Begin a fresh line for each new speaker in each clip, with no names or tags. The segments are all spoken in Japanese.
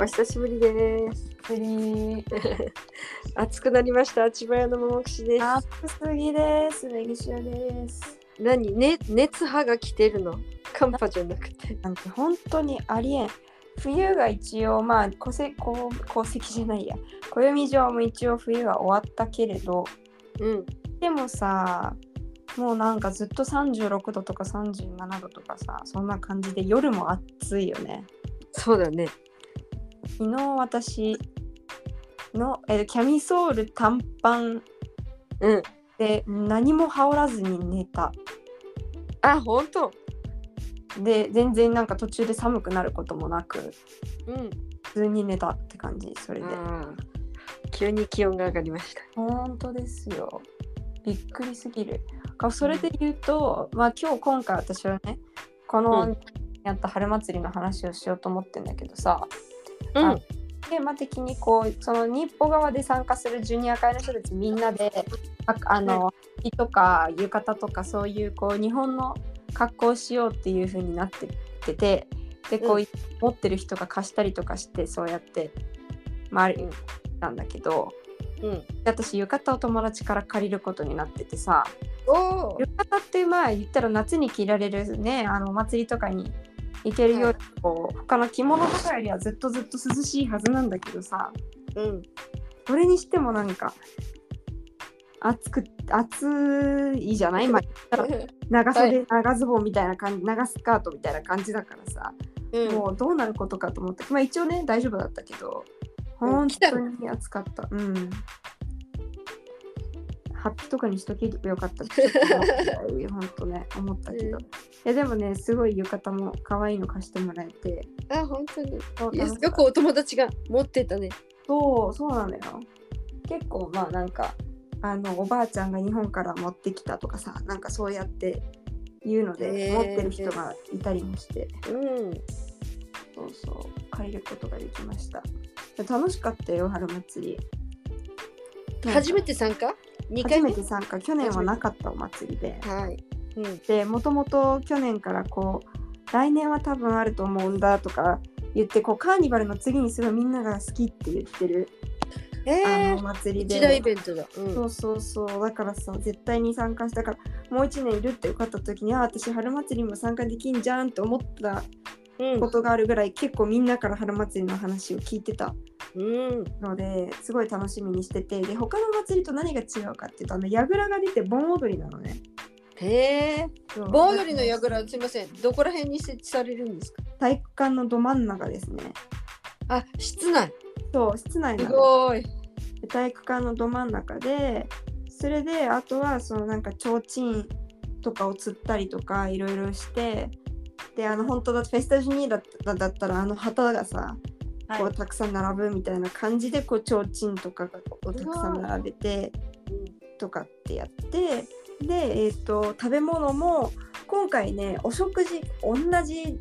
お久しぶりです。
ぶり
暑くなりました。千葉屋の桃串です。
暑すぎです。ネギシオです。
何ね熱波が来てるの。寒波じゃなくて。
なんて本当にありえん。冬が一応まあ戸籍こう戸籍じゃないや。暦上も一応冬は終わったけれど、
うん。
でもさ、もうなんかずっと36度とか37度とかさ、そんな感じで夜も暑いよね。
そうだね。
昨日私のえキャミソール短パン
うん。
で何も羽織らずに寝た。
あ、本当。
で全然なんか途中で寒くなることもなく
うん。
普通に寝たって感じそれで
あー急に気温が上がりました。
本当ですよびっくりすぎるかそれで言うと、まあ今日今回私はねこ
う
のやった春祭りの話をしようと思ってんだけどさ、
うん。
あテーマ的にこうその日報側で参加するジュニア会の人たちみんなでああの木とか浴衣とかそういうこう日本の格好をしようっていう風になってっててでこう、
うん
持ってる人が貸したりとかしてそうやって周り
うん
なんだけど
うん。
で私浴衣を友達から借りることになっててさ
おお。
浴衣ってまあ言ったら夏に着られるねあのお祭りとかに行けるようにこう他の着物とかよりはずっとずっと涼しいはずなんだけどさ、
うん。
それにしてもなんか暑く暑いじゃない、まあ、長袖、長ズボンみたいな感じ長スカートみたいな感じだからさ、
うん。
もうどうなることかと思ってまあ一応ね大丈夫だったけど
うん
本
来た
当に暑かったうんハッピとかにしとけばよか ったってちょっと思ったよ本当ね思ったけど、
うん
いやでもねすごい浴衣も可愛いの貸してもらえて
あ、本当に。
そう
いや
楽し
よ
かった
くお友達が持ってたね。
そう、そうなのよ。結構まあなんかあのおばあちゃんが日本から持ってきたとかさなんかそうやって言うので、
へー
持ってる人がいたりもして
うん。
そうそう借りることができました楽しかったよ春祭り
初めて参加？二
初
回目
め。て参加去年はなかったお祭りで
はい。うん。
でもともと去年からこう来年は多分あると思うんだとか言ってこうカーニバルの次にすごいみんなが好きって言ってる、あ
え
のお祭
え。
りで
一大イベントだ。うん。
そうそうそうだからさ絶対に参加したからもう1年いるって分かった時にあ私春祭りも参加できんじゃんって思った
うん
ことがあるぐらい結構みんなから春祭りの話を聞いてた
うん。
のですごい楽しみにしててで他の祭りと何が違うかっていうとあの櫓が出て盆踊りなのね
へえ。
そう
盆踊りの櫓、すみません。どこら辺に設置されるんですか。
体育館のど真ん中ですね
あ、室内。
そう室内
す
なの
ごい。
で体育館のど真ん中でそれであとはそのなんか提灯とかを釣ったりとかいろいろしてであの本当だフェスタジュニーだっただったらあの旗がさ、こうたくさん並ぶみたいな感じでこう提灯とかがこうたくさん並べてとかってやってで、えー、と食べ物も今回ねお食事同じ、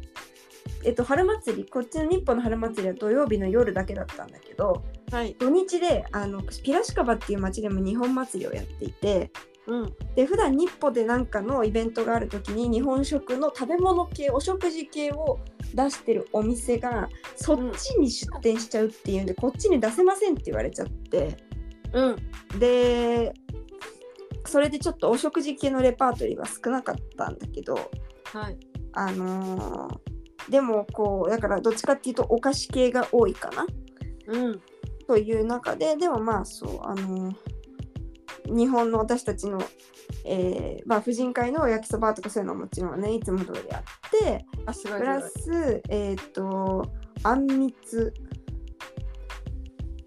えー、と春祭りこっちの日本の春祭りは土曜日の夜だけだったんだけど、
はい。
土日であのピラシカバっていう町でも日本祭りをやっていて
うん。
で普段日本でなんかのイベントがある時に日本食の食べ物系お食事系を出してるお店がそっちに出店しちゃうっていうんで、こっちに出せませんって言われちゃって
うん。
でそれでちょっとお食事系のレパートリーが少なかったんだけど
はい。
あのーでもこうだからどっちかっていうとお菓子系が多いかな
うん。
という中ででもまあそうあの日本の私たちの、えーまあ、婦人会の焼きそばとかそういうのはもちろんねいつも通りあって
あ、すごい。
プラスえっ、とあんみつ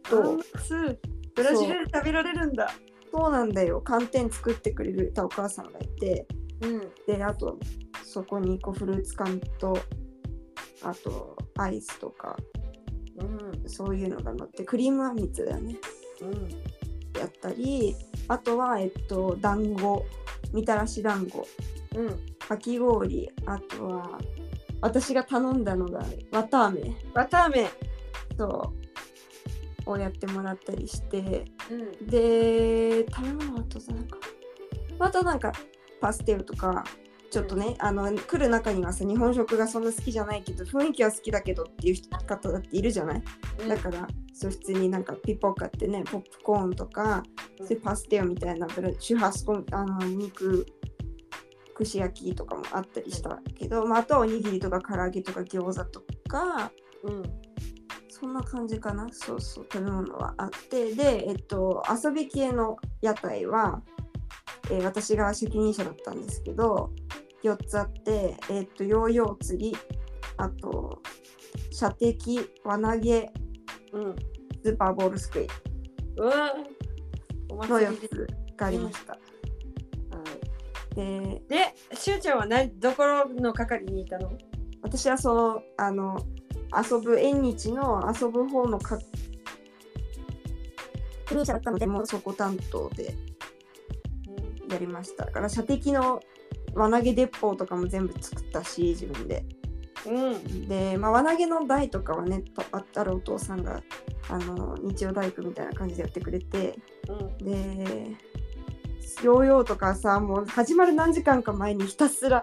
と
ス。
ブラジル
で食べられるんだ。
そうなんだよ寒天作ってくれたお母さんがいて
うん。
であとそこにこうフルーツ缶とあとアイスとか
うん。
そういうのが乗ってクリームあんみつだよね
うん。
やったりあとはえっと団子みたらし団子
うん。
かき氷あとは私が頼んだのがわたあめ
わたあめ。
そうをやってもらったりして
うん。
で食べ物はあとさなんかあとなんかパステルとかちょっとねあの来る中にはさ日本食がそんな好きじゃないけど雰囲気は好きだけどっていう人方だっているじゃない
うん
だからそう普通になんかピポカってねポップコーンとか
うん
そういうパステオみたいなブラシュハスコあの肉串焼きとかもあったりしたけど、まあ、あとはおにぎりとか唐揚げとか餃子とか
うん
そんな感じかなそうそう食べ物はあってでえっと遊び系の屋台は、えー私が責任者だったんですけど4つあってえっとヨーヨー釣りあと射的輪投げ
うん
スーパーボールすくいう
わーお
の
祭り
4
で
つがありました。
はい
で
で、しゅうちゃんは何どころの係にいたの
私はそのあの遊ぶ縁日の遊ぶ方のか責任者だったのでもうそこ担当でやりましただから射的の輪投げ鉄砲とかも全部作ったし自分で
うん。
で、まあ、輪投げの台とかはねとあったらお父さんがあの日曜大工みたいな感じでやってくれて
うん。
でヨーヨーとかさもう始まる何時間か前にひたすら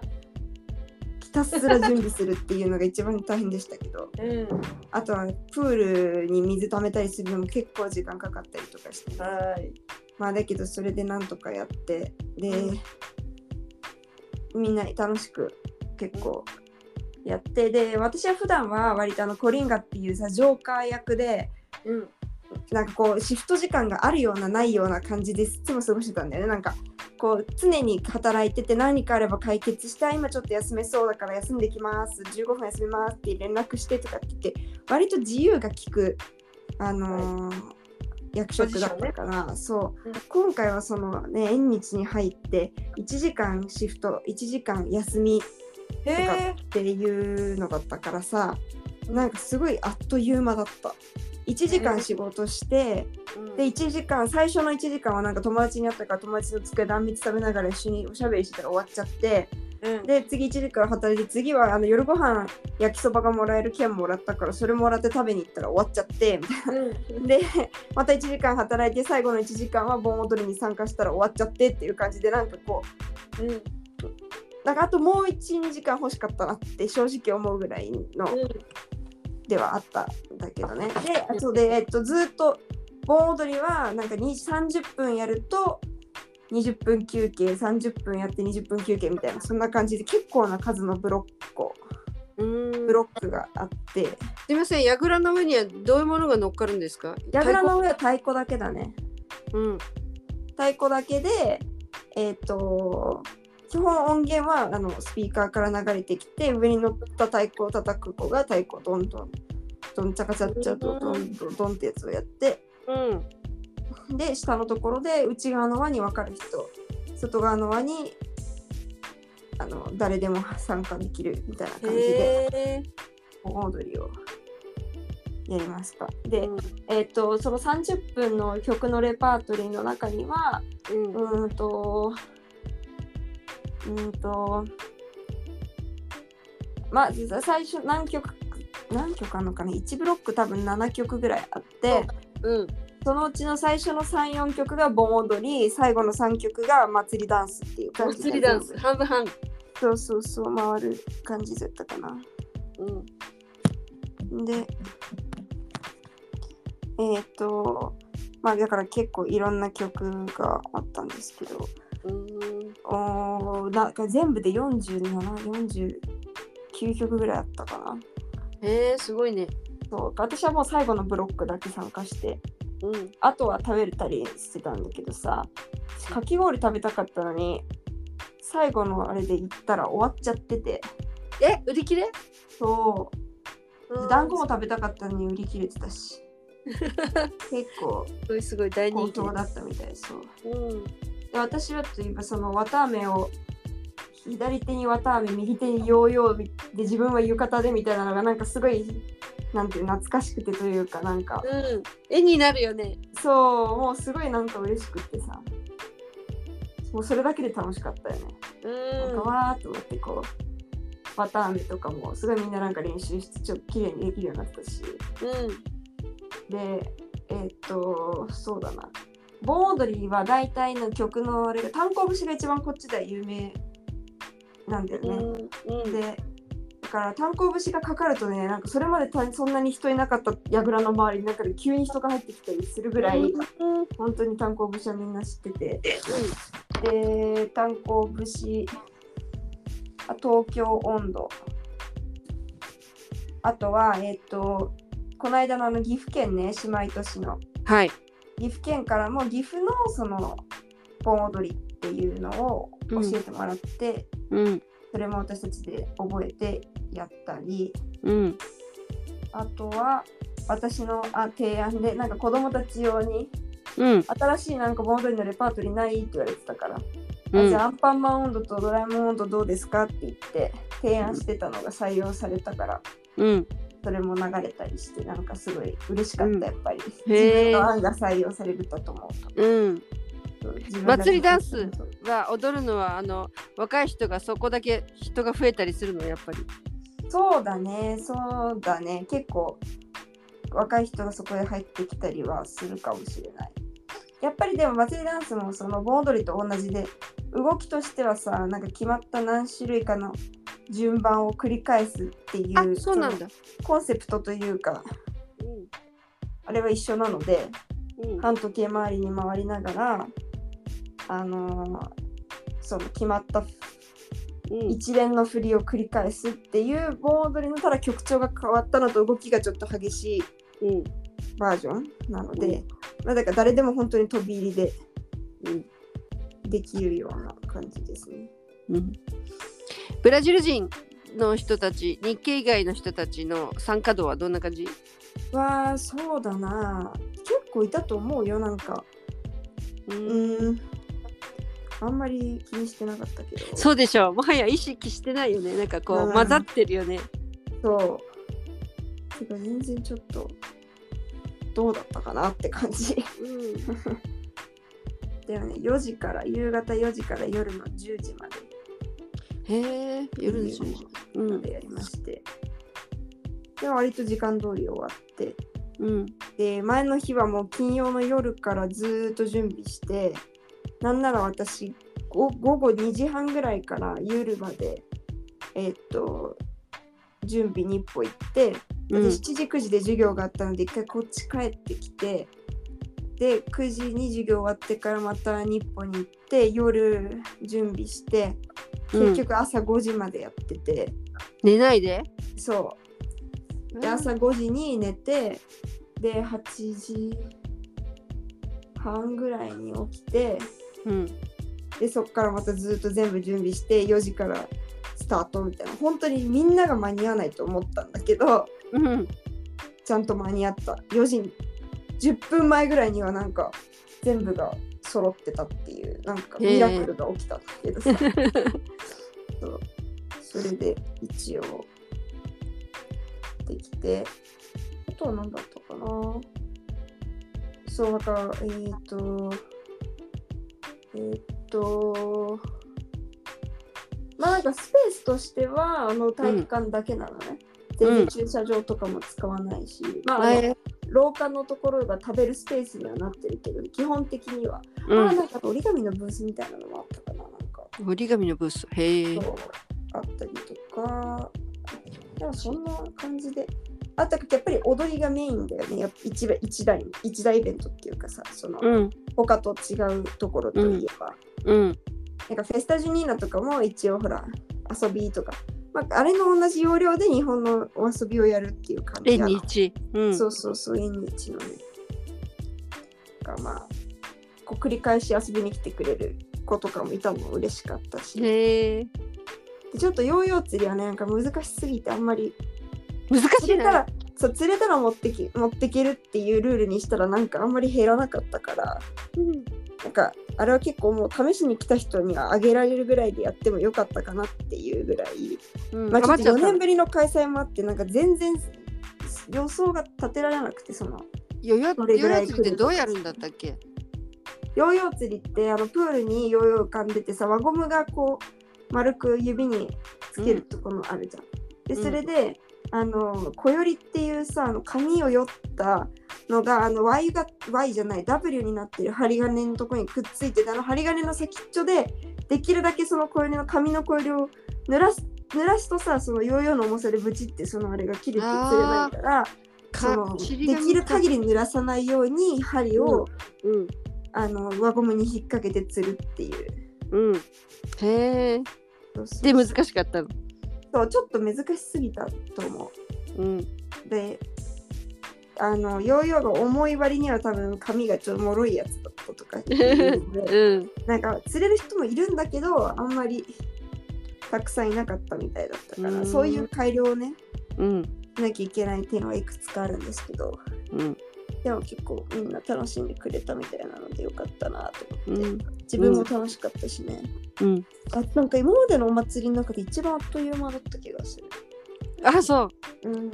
ひたすら準備するっていうのが一番大変でしたけど
うん。
あとはプールに水溜めたりするのも結構時間かかったりとかして、
はーい。
まあだけどそれでなんとかやってで、
うん
みんな楽しく結構やってで私は普段は割とあのコリンガっていうさジョーカー役で
うん。
なんかこうシフト時間があるようなないような感じでいつも過ごしてたんだよねなんかこう常に働いてて何かあれば解決したい今ちょっと休めそうだから休んできます15分休みますって連絡してとかって言って割と自由が利くあのー役職だったから、そう、
うん
今回はそのね縁日に入って1時間シフト1時間休み
へえ。
っていうのだったからさなんかすごいあっという間だった1時間仕事して、で1時間最初の1時間はなんか友達に会ったから友達の机であんみつ食べながら一緒におしゃべりしてたら終わっちゃって
うん。
で次1時間働いて次はあの夜ご飯焼きそばがもらえる券もらったからそれもらって食べに行ったら終わっちゃって みたいなでまた1時間働いて最後の1時間は盆踊りに参加したら終わっちゃってっていう感じでなんかこう
うん。うん。
なんかあともう12時間欲しかったなって正直思うぐらいのではあったんだけどね。で、あとで、えっと、ずっと盆踊りはなんか2 30分やると20分休憩30分やって20分休憩みたいなそんな感じで結構な数のブロッコ
うん。
ブロックがあって
すみません、やぐらの上にはどういうものが乗っかるんですか。
やぐらの上は太鼓だけだね
太鼓。うん。
太鼓だけでえっと基本音源はあのスピーカーから流れてきて上に乗った太鼓を叩く子が太鼓をどんどんどんちゃかちゃっちゃどんどんどんどんってやつをやって
うん。
で下のところで内側の輪に分かる人外側の輪にあの誰でも参加できるみたいな感じで
へえ。
盆踊りをやりました。
う
で、
ん。
えっとその30分の曲のレパートリーの中にはう
うん。
ーんとうーんとまあ実は最初何曲何曲あるのかな1ブロック多分7曲ぐらいあって。
うん。
そのうちの最初の3、4曲が盆踊り、最後の3曲が祭りダンスっていう感じで。
祭りダンス、半分半。
そうそうそう、回る感じだったかな。
うん。
で、えっ、と、まあだから結構いろんな曲があったんですけど、
うん。
おーなんか全部で47、49曲ぐらいあったかな。
へえ、すごいね。
そう私はもう最後のブロックだけ参加して、
うん。
あとは食べたりしてたんだけどさかき氷食べたかったのに最後のあれで行ったら終わっちゃってて
え、売り切れ。
そう団子も。食べたかったのに売り切れてたし結構
すごい、すごい、大
好
人気
評。だったみたいそう
うん。
で私はといえばその綿あめを左手に綿あめ右手にヨーヨーで自分は浴衣でみたいなのがなんかすごいなんていう懐かしくてというかなんか
うん。絵になるよね。
そうもうすごいなんか嬉しくってさもうそれだけで楽しかったよね、
う
なん
ん
か。わーっと思ってこうバターンとかもすごいみんななんか練習してちょっと綺麗にできるようになったし
うん。
でえーっとそうだな盆踊りは大体の曲のあれが炭鉱節が一番こっちでは有名なんだよ
う
ね。
んうん
でだから炭鉱節がかかるとねなんかそれまでたそんなに人いなかった櫓の周りの中で急に人が入ってきたりするぐらい、
うん
本当に炭鉱節はみんな知ってて、で炭鉱節あ東京温度あとはえっ、とこの間のあの岐阜県ね姉妹都市の
はい
岐阜県からも岐阜のその盆踊りっていうのを教えてもらって、
うん
それも私たちで覚えてやったり
うん
あとは私のあ提案でなんか子供たち用に
うん
新しいなんか盆踊りのレパートリーないって言われてたから、
う
あ
ん
じゃあアンパンマン温度とドラえもん温度どうですかって言って提案してたのが採用されたから
うん
それも流れたりしてなんかすごい嬉しかった、
うん
やっぱり自分
へー
の案が採用されるたと思うと
うん
そう自分が
祭りダンスは踊るのはあの若い人がそこだけ人が増えたりするのやっぱり
そうだねそうだね結構若い人がそこへ入ってきたりはするかもしれないやっぱりでも祭りダンスもその盆踊りと同じで動きとしてはさなんか決まった何種類かの順番を繰り返すってい
あ
う
そうなんだ
そのコンセプトというか
う
あれは一緒なので
んうん
半時計回りに回りながらあのーその決まった
うん
一連の振りを繰り返すっていう盆踊りのただ曲調が変わったのと動きがちょっと激しい
うん
バージョンなので、
うん
まあ、だから誰でも本当に飛び入りで
うん
できるような感じですね。
うんブラジル人の人たち日系以外の人たちの参加度はどんな感じ
わあそうだな結構いたと思うよなんか
う
うんーんあんまり気にしてなかったけど
そうでしょうもはや意識してないよねなんかこう、
うん
混ざってるよね
そうてか全然ちょっとどうだったかなって感じ
うん
だよね4時から夕方4時から夜の10時まで
へえ夜でしょう
ま
ん
でやりまして、で割と時間通り終わって
うん
で前の日はもう金曜の夜からずーっと準備してなんなら私ご午後2時半ぐらいから夜までえーっと準備日報行って、
う
で
ん
7時9時で授業があったので一回こっち帰ってきてで9時に授業終わってからまた日報に行って夜準備して
うん
結局朝5時までやってて、
寝ないで
そうで
うん
朝5時に寝てで8時半ぐらいに起きて
うん
でそっからまたずっと全部準備して4時からスタートみたいな本当にみんなが間に合わないと思ったんだけど
うん
ちゃんと間に合った4時に10分前ぐらいにはなんか全部が揃ってたっていうなんか
へえ
ミラクルが起きたんだけどさそうそれで一応できてあとは何だったかなそうだからえっ、ー、とえっ、とまあなんかスペースとしてはあの体育館だけなのね、全
うん
然駐車場とかも使わないし、まああの、
え
廊下のところが食べるスペースにはなってるけど基本的には、
う
まあ
ん
なんか折り紙のブースみたいなのもあったかななんか
折り紙のブースへえ
そうあったりとかでもそんな感じであったやっぱり踊りがメインだよねやっぱ一番一大一大イベントっていうかさその、
うん
他と違うところといえば、
うん
なんかフェスタジュニーナとかも一応ほら遊びとか、まあ、あれの同じ要領で日本のお遊びをやるっていう感じ
縁
なの
日うん
そうそうそう、縁日のね。がまあ、こう繰り返し遊びに来てくれる子とかもいたのも嬉しかったし、で
へえ
ちょっとヨーヨー釣りはね、なんか難しすぎてあんまり、
難し
釣れ
い
た
な
ら、そう、釣れたら持ってき持ってけるっていうルールにしたらなんかあんまり減らなかったから、
うん
なんかあれは結構もう試しに来た人にはあげられるぐらいでやってもよかったかなっていうぐらい、
うん
まあちょっ
余
と4
っちゃった
年ぶりの開催もあって、なんか全然予想が立てられなくて、その、
ヨヨ
どれぐ
ヨ
ら
ヨ
い来る
釣りってどうやるんだったっけ
ヨーヨー釣りってあのプールにヨーヨー浮かんでてさ輪ゴムがこう丸く指につけるところあるじゃん。で
うん
それで、あの小よりっていうさあの紙をよったのがあの Y が Y じゃない W になってる針金のところにくっついててあの針金の先っちょでできるだけその小よりの紙の小よりを濡らす濡らすとさそのヨーヨーの重さでブチってそのあれが切れて釣れないからそのできる限り濡らさないように針を、
うん
あの輪ゴムに引っ掛けて釣るっていう
うんへえ
そうそう
で難しかったの
そうちょっと難しすぎたと思
うん
うであのヨーヨーが重い割には多分髪がちょっともろいやつだったとかっていうの で
うん
なんか釣れる人もいるんだけどあんまりたくさんいなかったみたいだったか
う
ら
ん
そういう改良をね
うん
しなきゃいけない点はいくつかあるんですけど
うん
でも結構みんな楽しんでくれたみたいなのでよかったなと
う
思って、
ん
自分も楽しかったしね、
うん
あなんか今までのお祭りの中で一番あっという間だった気がする
あそう
うん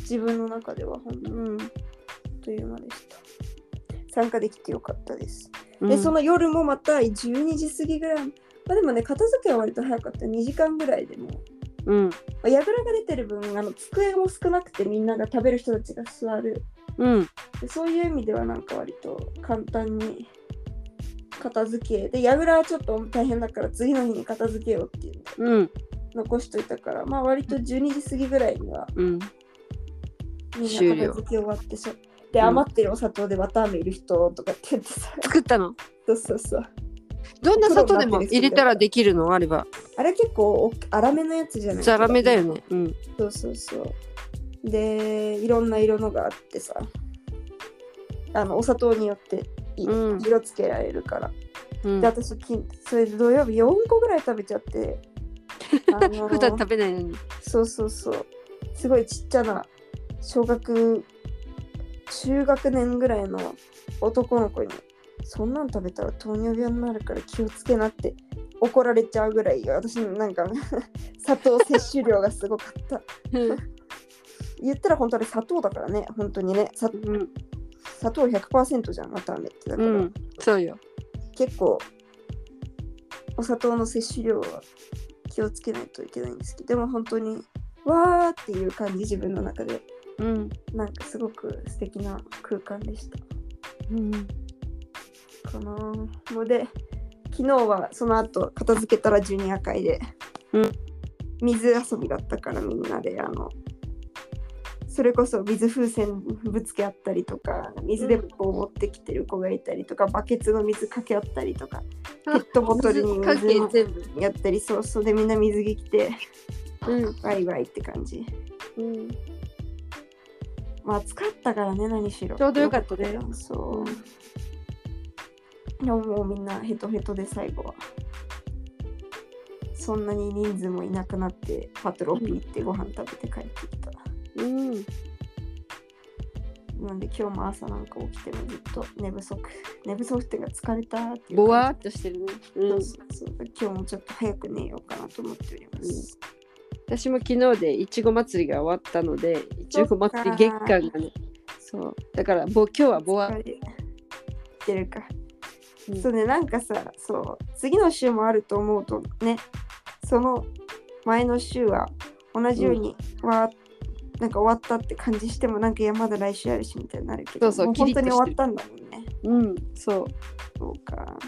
自分の中では本当にうんあっという間でした参加できてよかったです、
う
で
ん
その夜もまた12時過ぎぐらいまあでもね片付けは割と早かった2時間ぐらいでも
うん
まあ櫓が出てる分あの机も少なくてみんなが食べる人たちが座る
うん
でそういう意味ではなんか割と簡単に片付けで櫓はちょっと大変だから次の日に片付けようっていうのを
うん
残しといたからまあ割と12時過ぎぐらいには
うん
みんな
終
片
了
付け終わってそうで
うん
余ってるお砂糖で綿あめいる人とかって言ってさ
作ったの
そうそうそう
どんな砂糖でも入れたらできるのあれば
あれ結構お粗めのやつじゃない
ザラメだよねうん
そうそうそうでいろんな色のがあってさあのお砂糖によってい
うん
色つけられるから、
うん
で私金それで土曜日4個ぐらい食べちゃ って、あのー
普段食べないのに
そうそうそうすごいちっちゃな小学中学年ぐらいの男の子にそんなん食べたら糖尿病になるから気をつけなって怒られちゃうぐらい私なんか 砂糖摂取量がすごかった
うん
言ったら本当に砂糖だからね本当にねさ
うん
砂糖100%じゃんまた飴ってだから、
うんそうよ
結構お砂糖の摂取量は気をつけないといけないんですけどでも本当にわーっていう感じ自分の中で
うん
なんかすごく素敵な空間でした
うん
かなので昨日はその後片付けたらジュニア会で、
うん
水遊びだったからみんなであのそれこそ水風船ぶつけ合ったりとか水鉄砲を持ってきてる子がいたりとか、バケツの水かけ合ったりとかペットボトルに
関
水
係
を
全部
やったりそうそうでみんな水着着て
うん
バイバイって感じ
うん
まあ暑かったからね何しろ
ちょうどよかったね
そうでももうみんなヘトヘトで最後はそんなに人数もいなくなってパトロピーってご飯食べて帰ってきた、
うん
なんで今日も朝なんか起きてもずっと寝不足寝不足っていうか疲れたっていう
ぼわー
感
っとしてるね
じ
うん
そうそうそう今日もちょっと早く寝ようかなと思っております、
私も昨日でいちご祭りが終わったのでいちご祭り月間がねそうだからぼ今日はぼわ
疲れてるか、
うん
そうねなんかさそう次の週もあると思うとねその前の週は同じように、わーなんか終わったって感じしてもなんかいやまだ来週あるしみたいになるけど
そうそう
も本当に
キリッとしてる
終わったんだもんね
うんそう
そうか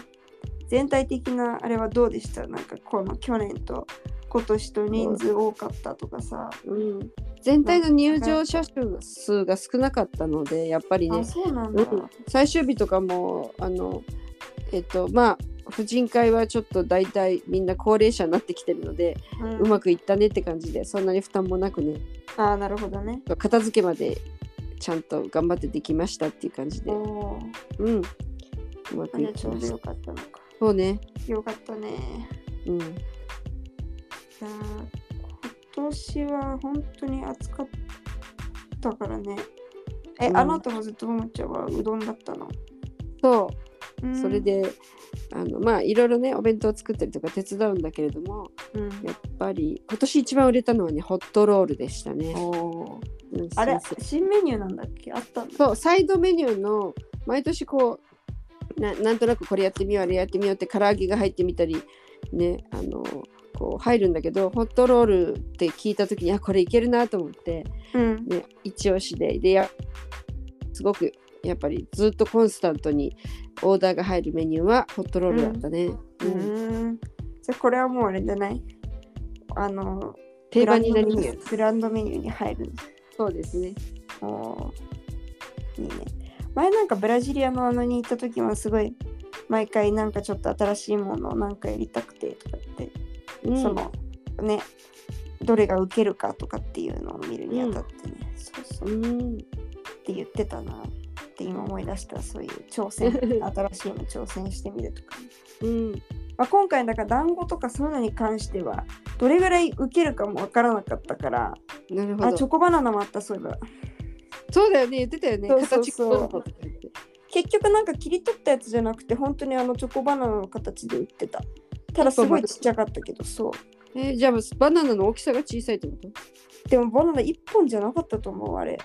全体的なあれはどうでしたなんかこの去年と今年と人数多かったとかさ、
うん全体の入場者数数が少なかったのでやっぱりね
あ、そうなん
う
だ、
ん、最終日とかもあのえっとまあ婦人会はちょっと大体みんな高齢者になってきてるので、
う
うまくいったねって感じでそんなに負担もなくね
ああなるほどね
片付けまでちゃんと頑張ってできましたっていう感じで、
お
うん、
お
うまくいき
ちょ
ま
うど
した
よかったのか
そうね、
よかったね
うん、
いやー今年は本当に暑かったからね。え、
うん
あなたもずっとももちゃんはうどんだったの。
そううんそれ、であのまあいろいろねお弁当作ったりとか手伝うんだけれども
うん、
やっぱり今年一番売れたのはねホットロールでしたね。
おー
うん
あれ
そうそう
新メニューなんだっけあったんだ。
そうサイドメニューの毎年こうななんとなくこれやってみようあれやってみようって唐揚げが入ってみたりねあのこう入るんだけどホットロールって聞いた時にあこれいけるなと思って、
うん。
ね、一押しででやすごくやっぱりずっとコンスタントにオーダーが入るメニューはホットロールだったね。
うーん。じゃあこれはもうあれじゃないあの
定番になり
ブ
ま
ランドメニ
す
ューブランドメニューに入るんです
そうですね
おーいいね。前なんかブラジリアのあのに行った時はすごい毎回なんかちょっと新しいものをなんかやりたくてとかって、
うん
そのねどれが受けるかとかっていうのを見るにあたってね、そうそううっ
ん
て言ってたなって今思い出したそういう挑戦新しいの挑戦してみるとか、
うん
まあ、今回だから団子とかそういうのに関してはどれぐらい受けるかもわからなかったから
なるほ
あチ
ど
ョコバナナもあったそういえば
そうだよね言ってたよね
そうそう
形
そう
こうだったとか言って
結局なんか切り取ったやつじゃなくて本当にあのチョコバナナの形で売ってたただすごいちっちゃかったけどそう
えーじゃあバナナの大きさが小さいってこと
でもバナナ1本じゃなかったと思うあれ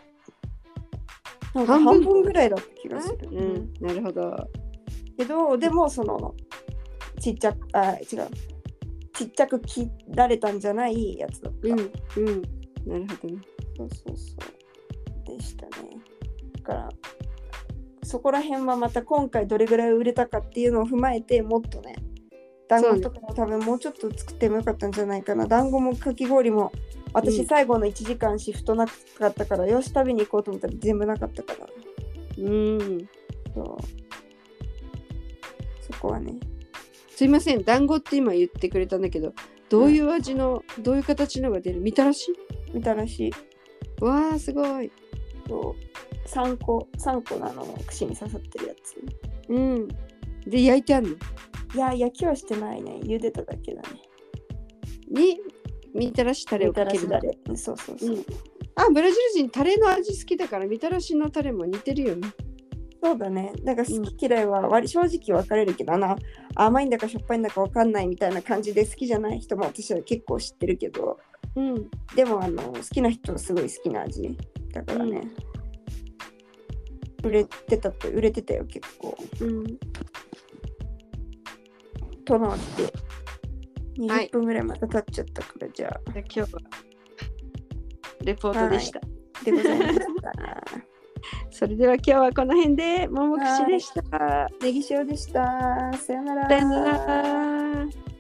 なんか
半分
半分ぐらいだった気がする、
う、んなるほど
けどでもそのちっちゃくあ違うちっちゃく切られたんじゃないやつだった、
うんうんなるほどね
そうそうそうでしたねだからそこら辺はまた今回どれぐらい売れたかっていうのを踏まえてもっとね団子とかも多分もうちょっと作ってもよかったんじゃないかな団子もかき氷も
う
私
ん
最後の1時間シフトなかったから、よし食べに行こうと思ったら全部なかったから
うん
そうそこはね
すいません団子って今言ってくれたんだけどどういう味の、どういう形のが出るみたらし
みたらしい
わあすごい
と3個3個のあの串に刺さってるやつ
うんで焼いてあるの
いや焼きはしてないね茹でただけだね
にみたらしタレを
みた
からけ
し
る
だれそうそうそう、
うんあブラジル人タレの味好きだからみたらしのタレも似てるよね
そうだね。だから好き嫌いは割、正直分かれるけどな、甘いんだかしょっぱいんだか分かんないみたいな感じで好きじゃない人も私は結構知ってるけど、
うん
でもあの好きな人はすごい好きな味だからね。売れてたと売れてたよ結構。
うん
となって
はい
20分ぐらいまた経っちゃったから、じゃあ
じゃあ今日はレポートでした、
でございま した。
それでは今日はこの辺でももくしでした
ネギ塩でした。さよなら。
さよなら